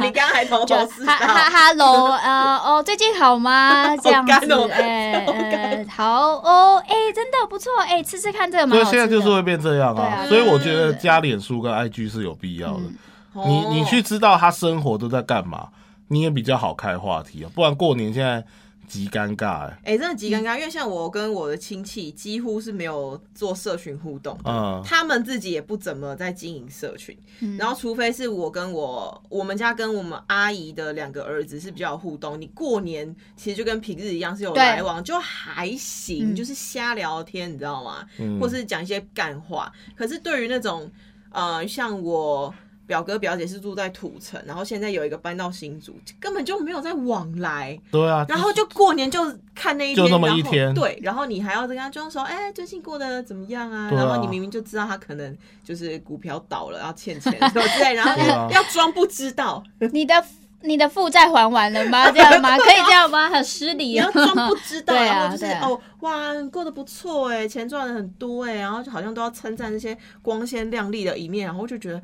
*laughs* 你刚刚还头
就
头是
哈哈
道。
哈喽，呃哦，最近
*laughs*
好吗？这样
好干
子
哦，
哎、呃好哦，哎、真的不错，哎、吃吃看这个
所
蛮
以
好吃
现
的。
在就是会变这样
对
啊，
啊
所以我觉得加脸书跟 IG 是有必要的。
嗯
你你去
哦
知道他生活都在干嘛，你也比较好开话题啊。不然过年现在极尴尬哎、
哎、真的极
嗯
尴尬，因为像我跟我的亲戚几乎是没有做社群互动的，
嗯，
他们自己也不怎么在经营社群，
哦嗯
然后除非是我跟我我们家跟我们阿姨的两个儿子是比较有互动，你过年其实就跟平日一样是有
对
来往，就还行，
嗯
就是瞎聊天，你知道吗？
嗯
或是讲一些干话。可是对于那种呃，像我表哥表姐是住在土城，然后现在有一个搬到新竹，根本就没有在往来，
对啊，
然后就过年就看那一天，
就那么一天
然后对，然后你还要跟他装说，哎、最近过得怎么样啊？
对啊
然后你明明就知道他可能就是股票倒了，要欠钱什么之类，然后
对啊
要要装不知道，
你的你的负债还完了
*laughs*
吗？这样吗？可以这样吗？很失
啊你
礼
要
哦。
装不知道，
对啊
然后就是
对啊
哦，哇，过得不错哎，钱赚的很多哎，然后就好像都要称赞那些光鲜亮丽的一面，然后就觉得。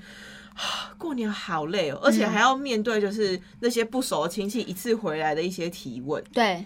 啊过年好累哦，而
嗯
且还要面对就是那些不熟的亲戚一次回来的一些提问，
*laughs* 对，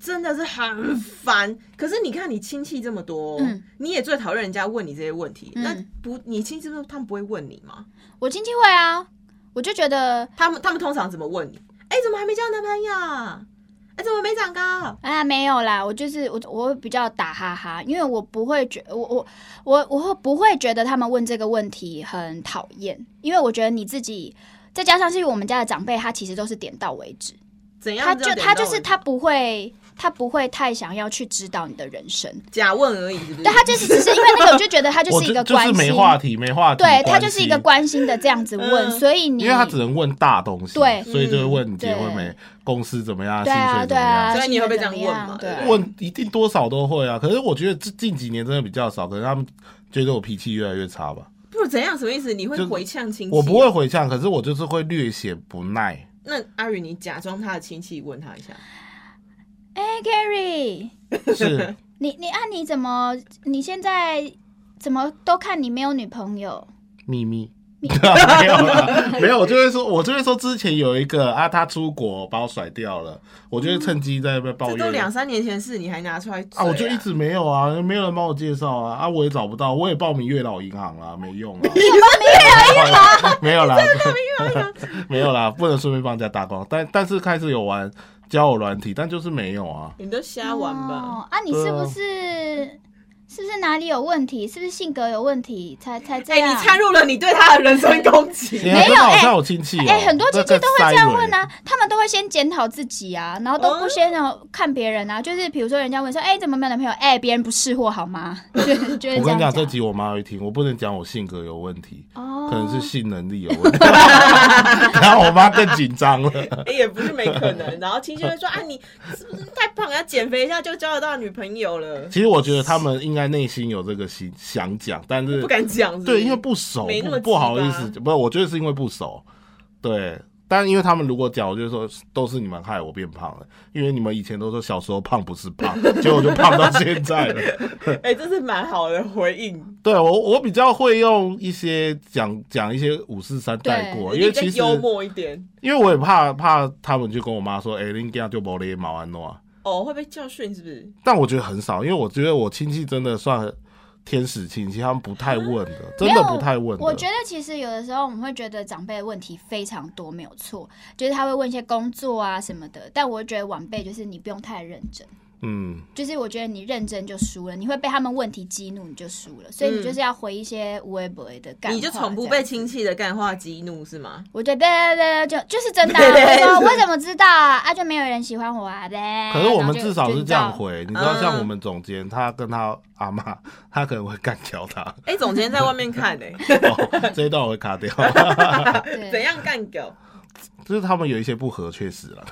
真的是很烦。可是你看，你亲戚这么多，
嗯
你也最讨厌人家问你这些问题。
嗯
那不，你亲戚不他们不会问你吗？
我亲戚会啊，我就觉得
他们他们通常怎么问你？哎、怎么还没交男朋友？哎、怎么没长高？
啊，没有啦，我就是我，我会比较打哈哈，因为我不会觉我我我我会不会觉得他们问这个问题很讨厌，因为我觉得你自己，再加上是因为我们家的长辈，他其实都是点到为止，
怎样
他
叫
就
点到为止？
他就是他不会他不会太想要去指导你的人生，
假问而已，是不是？
对他就是只是因为那个，我就觉得他就
我
是一个
就
关
是
心，
没话题，没话题，
对他
关
就是
系
一个，关心的这样子问，
嗯
所以你
因为他只能问大东西，
对嗯
所以就会问你结婚
对
没，公司怎么样，
对
薪
啊
水怎
对
么样，
啊，
所以你
心
会被
情
这
怎
样问
么
嘛
对
对不
啊
对
问一定多少都会啊，可是我觉得这近几年真的比较少，可能他们觉得我脾气越来越差吧。
不怎样什么意思？你会
就
回呛亲戚？
我不会。回呛，可是我就是会略显不耐。
那阿宇，你假装他的亲戚问他一下。
哎，Gary，
*laughs* 是，
你你啊，你怎么你现在怎么都看你没有女朋友？
秘密。 *laughs* 没有啦，没有，我就会说，我就会说，之前有一个啊，他出国把我甩掉了，我就会趁机在那边抱
这
怨。
都两三年前的事，你还拿出来嘴
啊，我就一直没有啊，没有人帮我介绍啊，啊，我也找不到，我也报名月老银行啦，没
*laughs*
用啊。 *laughs* 没有啦， *laughs* 没有啦，不能顺便帮人家打广告，但但是开始有玩交友软体，但就是没有啊。
你都瞎玩吧。
哦、啊，你
对啊
是不是、是不是哪里有问题？是不是性格有问题才才这
哎、
样？
你掺入了你对他的人身攻
你
击。
还
没有
真的好
哎
像我亲戚哦
哎、很多亲戚都会这样问。
那个塞
啊，他们都会先检讨自己啊，然后都不
哦
先看别人啊。
嗯
就是比如说，人家问说：“哎、怎么没有男朋友？”哎、别人不识货好吗？ *laughs* 就就
蕊
会
我跟
样
你讲，这
讲。
集我妈会听，我不能讲我性格有问题，
哦，
可能是性能力有问题， *laughs* 然后我妈更紧张了。
哎也不是没可能，然后亲戚会说啊，你是不是太胖，要减肥一下就交得到女朋友了？
其实我觉得他们应该内心有这个心想讲，但是
不敢讲，是不是
对，因为不熟，
没那么
不
急
不好意
吧
思，不是，我觉得是因为不熟，对。但因为他们如果讲，我就说都是你们害我变胖了，因为你们以前都说小时候胖不是胖，结果我就胖到现在了。
哎、这是蛮好的回应。
对我，我比较会用一些讲讲一些五四三带过，
你
因为
再
其实
幽默一点
因为我也怕怕他们就跟我妈说，哎、你这样就没礼貌安诺啊。
哦，会被教训是不是？
但我觉得很少，因为我觉得我亲戚真的算天使亲戚，他们不太问的，真
没
的
有
不太问的。
我觉得其实有的时候我们会觉得长辈的问题非常多，没有错，就是他会问一些工作啊什么的，但我觉得晚辈就是你不用太认真，
嗯，
就是我觉得你认真就输了，你会被他们问题激怒，你就输了，所以你就是要回一些无微不微的干话。
嗯你就从不
这
被
样
亲戚的干话激怒是吗？
我对对对对，就就是真的啊、
对对对
我说我怎么知道啊？啊，就没有人喜欢我啊呗。
可是我们
然后就
至少是这样。
就
回，你知道，像
嗯
我们总监，他跟他阿妈，他可能会干掉他。
*laughs*
哎、总监在外面看哎、
哦，这一段我会卡掉。 *laughs*
你知道
怎
对，
样干
哦
狗？
就是他们有一些不合，确实了。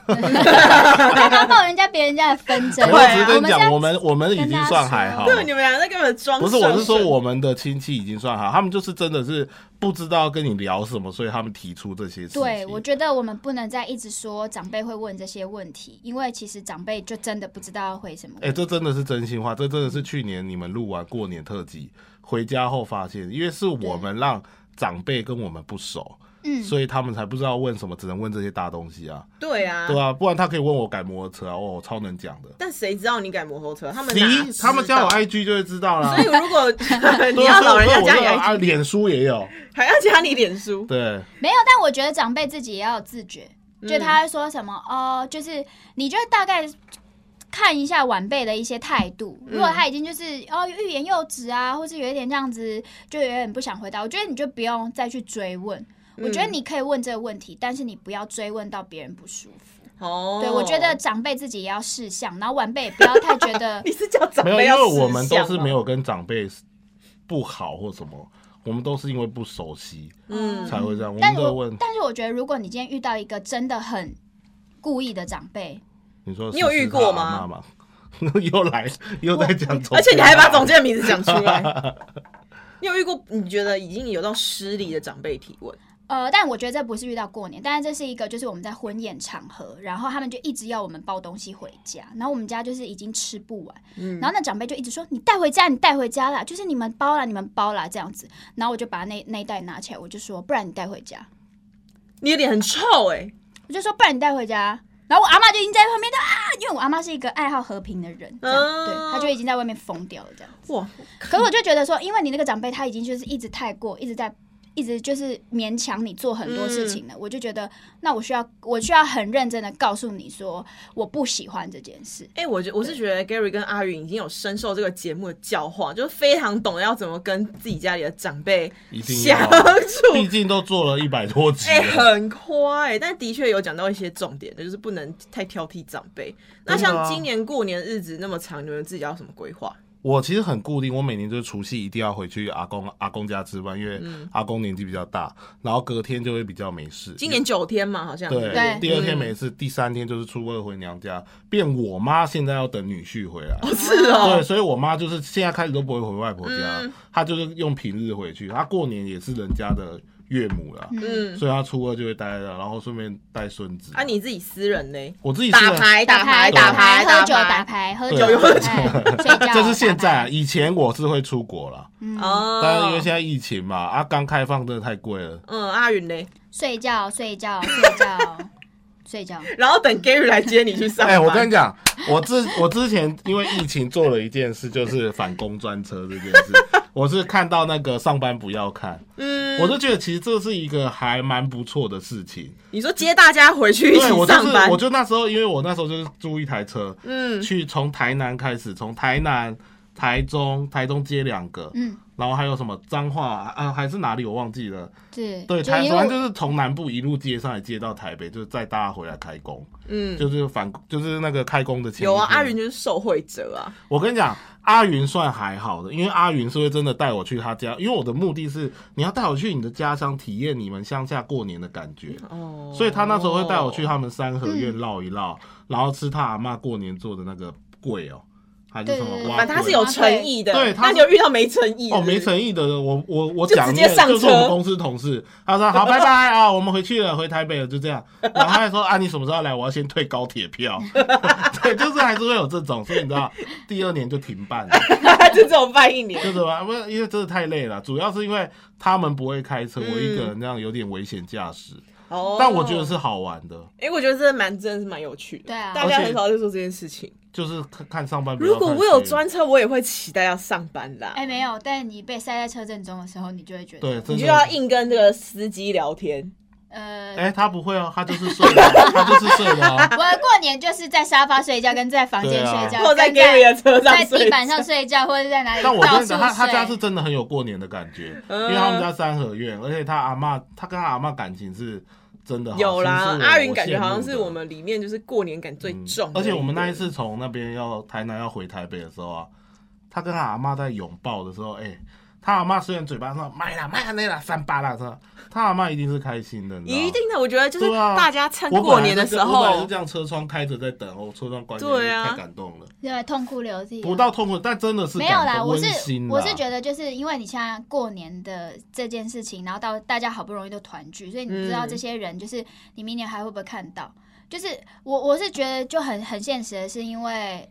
不要刚抱人家别人家的纷争。
对啊
*laughs* 我只
我
跟你
们现
讲，我
在
们我们已经算还好
跟大家说。
对，你们俩在根本装。
不是，我是说，我们的亲戚已经算好，他们就是真的是不知道跟你聊什么，所以他们提出这些事情。
对，我觉得我们不能再一直说长辈会问这些问题，因为其实长辈就真的不知道要回什么问
哎、
题。
这真的是真心话，这真的是去年你们录完过年特辑回家后发现，因为是我们让长辈跟我们不熟，
嗯，
所以他们才不知道问什么，只能问这些大东西啊，
对啊，
对啊，不然他可以问我改摩托车啊，哦，我超能讲的。
但谁知道你改摩托车？他们哪
咦，
知道
他们家有 IG 就会知道啦
所。以如
*laughs*
果你
对啊
要老人家加
所以
你
我就啊，
IG，
脸书也有，
还要加你脸书，
对，
没有，但我觉得长辈自己也要有自觉，就他会说什么哦，就是你就大概看一下晚辈的一些态度，如果他已经就是哦欲言又止啊，或是有一点这样子，就有点不想回答，我觉得你就不用再去追问。我觉得你可以问这个问题，但是你不要追问到别人不舒服。
哦，
对我觉得长辈自己也要识相，然后晚辈也不要太觉
*laughs*
得
你是叫长
没有，
辈
因
要啊
为我们
识
都
相
是
吗
没，有跟长辈不好或什么，我们都是因为不熟悉
嗯
才会这样。我
但
们
是
都会问
我但是我觉得，如果你今天遇到一个真的很故意的长辈，
你说
你有遇过吗
啊妈 *laughs* 妈又来又在讲啊总，
而且你还把总监的名字讲出
*laughs*
来。你有遇过你觉得已经有到失礼的长辈提问？
呃，但我觉得这不是遇到过年，但是这是一个就是我们在婚宴场合，然后他们就一直要我们包东西回家，然后我们家就是已经吃不完，然后那长辈就一直说你带回家，你带回家啦，就是你们包啦，你们包啦这样子，然后我就把那那一袋拿起来，我就说不然你带回家，
你的脸很臭哎、
我就说不然你带回家。啊然后我阿妈就已经在旁边的啊，因为我阿妈是一个爱好和平的人，这样、对，她就已经在外面疯掉了这样。
哇，
可是我就觉得说，因为你那个长辈他已经就是一直太过，一直在一直就是勉强你做很多事情
嗯
了，我就觉得那我需要我需要很认真的告诉你说我不喜欢这件事。
哎、我觉我是觉得 Gary 跟阿云已经有深受这个节目的教化，就是非常懂得要怎么跟自己家里的长辈
一定
相
要毕
处。
竟都做了一百多集
哎、
了。
很快、但的确有讲到一些重点，就是不能太挑剔长辈。那
真的啊
像今年过年日子那么长，你们自己要有什么规划？
我其实很固定，我每年就是除夕一定要回去阿公阿公家吃饭，因为
嗯
阿公年纪比较大，然后隔天就会比较没事。
今年九天嘛，好像
对，
对
第
嗯
二天没事，第三天就是初二回娘家，变我妈现在要等女婿回来。
是
对，
哦，嗯
所以我妈就是现在开始都不会回外婆家，她就是用平日回去，她过年也是人家的岳母啦，
嗯，
所以她初二就会待着，然后顺便带孙子。
啊，你自己私人呢？
我自己是啊
打牌，打牌，打牌，
喝
打
酒，打
牌，
牌，喝
对
酒，
喝
酒，哎睡觉。
*laughs* 这是现在
打
啊，
牌，嗯
以前我是会出国啦，
哦，
但是因为现在疫情嘛，啊，刚开放真的太贵了。
嗯，阿云呢？
睡觉，睡觉，睡觉，睡觉。
然后等 Gary 来接你去上
*laughs* 哎、
班。
我跟你讲，我之我之前因为疫情做了一件事，就是反公专车这件事。我是看到那个上班不要看，
嗯，
我就觉得其实这是一个还蛮不错的事情。
你说接大家回 *laughs* 去一起
对，我就
上
是
班，
我就那时候，因为我那时候就是租一台车，
嗯，
去从台南开始，从台南、台中、台中接两个，
嗯，
然后还有什么彰化啊，还是哪里我忘记了。
对，
对，
就
台
因
湾就
为
是从南部一路接上来，接到台北，就是再大家回来开工，
嗯，
就是反就是那个开工的前一
有啊，
天
阿云就是受惠者啊，
我跟你讲，阿云算还好的，因为阿云是会真的带我去他家，因为我的目的是你要带我去你的家乡，体验你们乡下过年的感觉。
哦，
所以他那时候会带我去他们三合院绕一绕，然后吃他阿嬷过年做的那个桂哦，还是什
对
么
对
蛙
对
反正他是有诚意的，
对他
那
是
你有遇到没诚意
桂
的
哦，
*laughs*
没，诚意的，我我我
就
讲
直接上
就是我们
车
公司同事，他说好拜拜啊，我们回去了，回台北了，就这样。然后他还说啊，你什么时候来？我要先退高铁票。 *laughs* 对，就是还是会有这种，所以你知道，第二年就停办了。
就这种办一年，
就是吧，不，因为真的太累了，主要是因为他们不会开车，我一个人那样有点危险驾驶，
嗯哦，
但我觉得是，好玩的，
哎，我觉得真的蛮真的是蛮有趣的，
对啊
大家
而且
很少在做这件事情。
就是看看上班不要
如果
看谁。
我有专车，我也会期待要上班啦，
哎没有，但你被塞在车阵中的时候，你就会觉得
对，
你
真
就
的
要硬跟这个司机聊天，
呃，
哎、他不会哦，他就是睡的
*laughs*
哦，他就是睡的哦。
我过年就是在沙发睡觉，跟在房间
对啊
睡觉，
或在
跟在
Gary 的车上
*laughs* 在
睡
地板上睡觉，或者在哪里
但我
到
真
处
的，他他家是
睡。
真的很有过年的感觉，因
嗯
为他们家三合院，而且他阿嬷，他跟他阿嬷感情是真的好
有啦，阿云感觉好像是我。
其实我羡慕的
们里面就是过年感最重的一
嗯
个、
而且我们那一次从那边要台南要回台北的时候啊，他跟他阿妈在拥抱的时候，哎、他阿妈虽然嘴巴上买啦买啦那啦三八啦，是吧他阿妈一定是开心的，你知道吗
一定的，我觉得就是
嗯对啊
大家趁
我
过
本来
年的时
是这我本来
候
是这，样车窗开着在等，我车窗关着，
对啊
太感动了，
对，痛哭流涕啊、
不到痛苦，但真的是
没有
感
啦，
动
我
温
是
馨啦
我是觉得，就是因为你现在过年的这件事情，然后到大家好不容易都团聚，所以你不知道
嗯
这些人，就是你明年还会不会看到？就是我我是觉得就很很现实的是，因为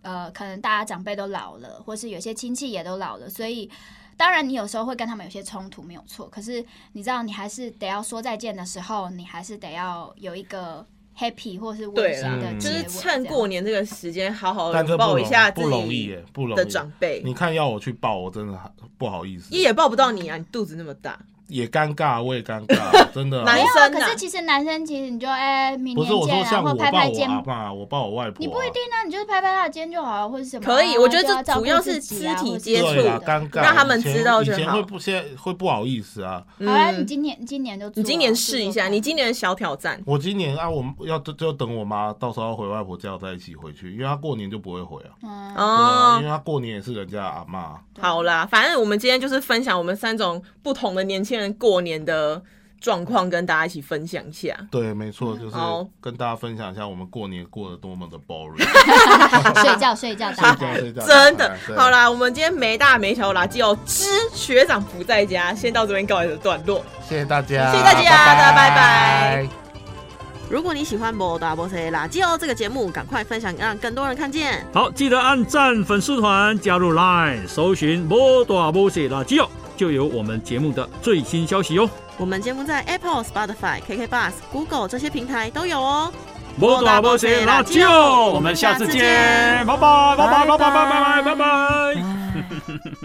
呃，可能大家长辈都老了，或是有些亲戚也都老了，所以。当然，你有时候会跟他们有些冲突，没有错。可是你知道，你还是得要说再见的时候，你还是得要有一个 happy 或是温
对
馨
啦
的
嗯
结
就
尾
是趁
这样
过年这个时间好好
但
拥
这
抱一下自
不容易
己
耶，不容易
的
啊
长辈，
你看要我去抱，我真的还不好意思，
一也抱不到你啊，你肚子那么大，
也尴尬，我也尴
*laughs*
尬，真的啊。
哪
没
一
有啊，
男生
可
啊
是其实男生其实你就哎、明
不是我
年见
说
啊，
像
或
我
拍
抱
拍
我
肩
阿
膀。
爸，我抱我外婆啊，
你不一定啊，你就是拍拍他的肩就好啊，或者什么啊。
可以我觉得
就
这
要照
主
顾
要
自
是
己
肢
啊
体
或是
接
什么
对
触
啦，
的
尴尬，
让他们
以前
知道就
以前
好
会不现会不好意思啊。
好啦，你
嗯，
今年今年就做啊
你今年试一下，你今年的小挑战，
我今年啊，我要就就等我妈到时候要回外婆家，我再一起回去，因为她过年就不会回啊。
嗯，
对
哦。
啊，因为她过年也是人家的阿妈。
好啦，反正我们今天就是分享我们三种不同的年轻人过年的状况，跟大家一起分享一下。
对，没错，就是
好
跟大家分享一下我们过年过得多么的
*laughs*
boring。
*laughs* 睡觉睡觉打
*laughs* 睡
牌
觉，睡觉，哎
真的
对
好啦，我们今天没大没小垃圾哦，之学长不在家，先到这边告一个段落。
谢谢大家，
谢谢大家大家拜拜
拜
如果你喜欢《摩达波塞垃圾哦》这个节目，赶快分享，让更多人看见。
好，记得按赞粉丝团，加入 Line，搜寻“摩大摩西垃圾哦”，就有我们节目的最新消息哦。
我们节目在 Apple、Spotify、KK Bus、Google 这些平台都有哦。
摩大摩西垃圾哦，我们下次见，拜拜拜拜拜拜拜拜拜拜。
拜。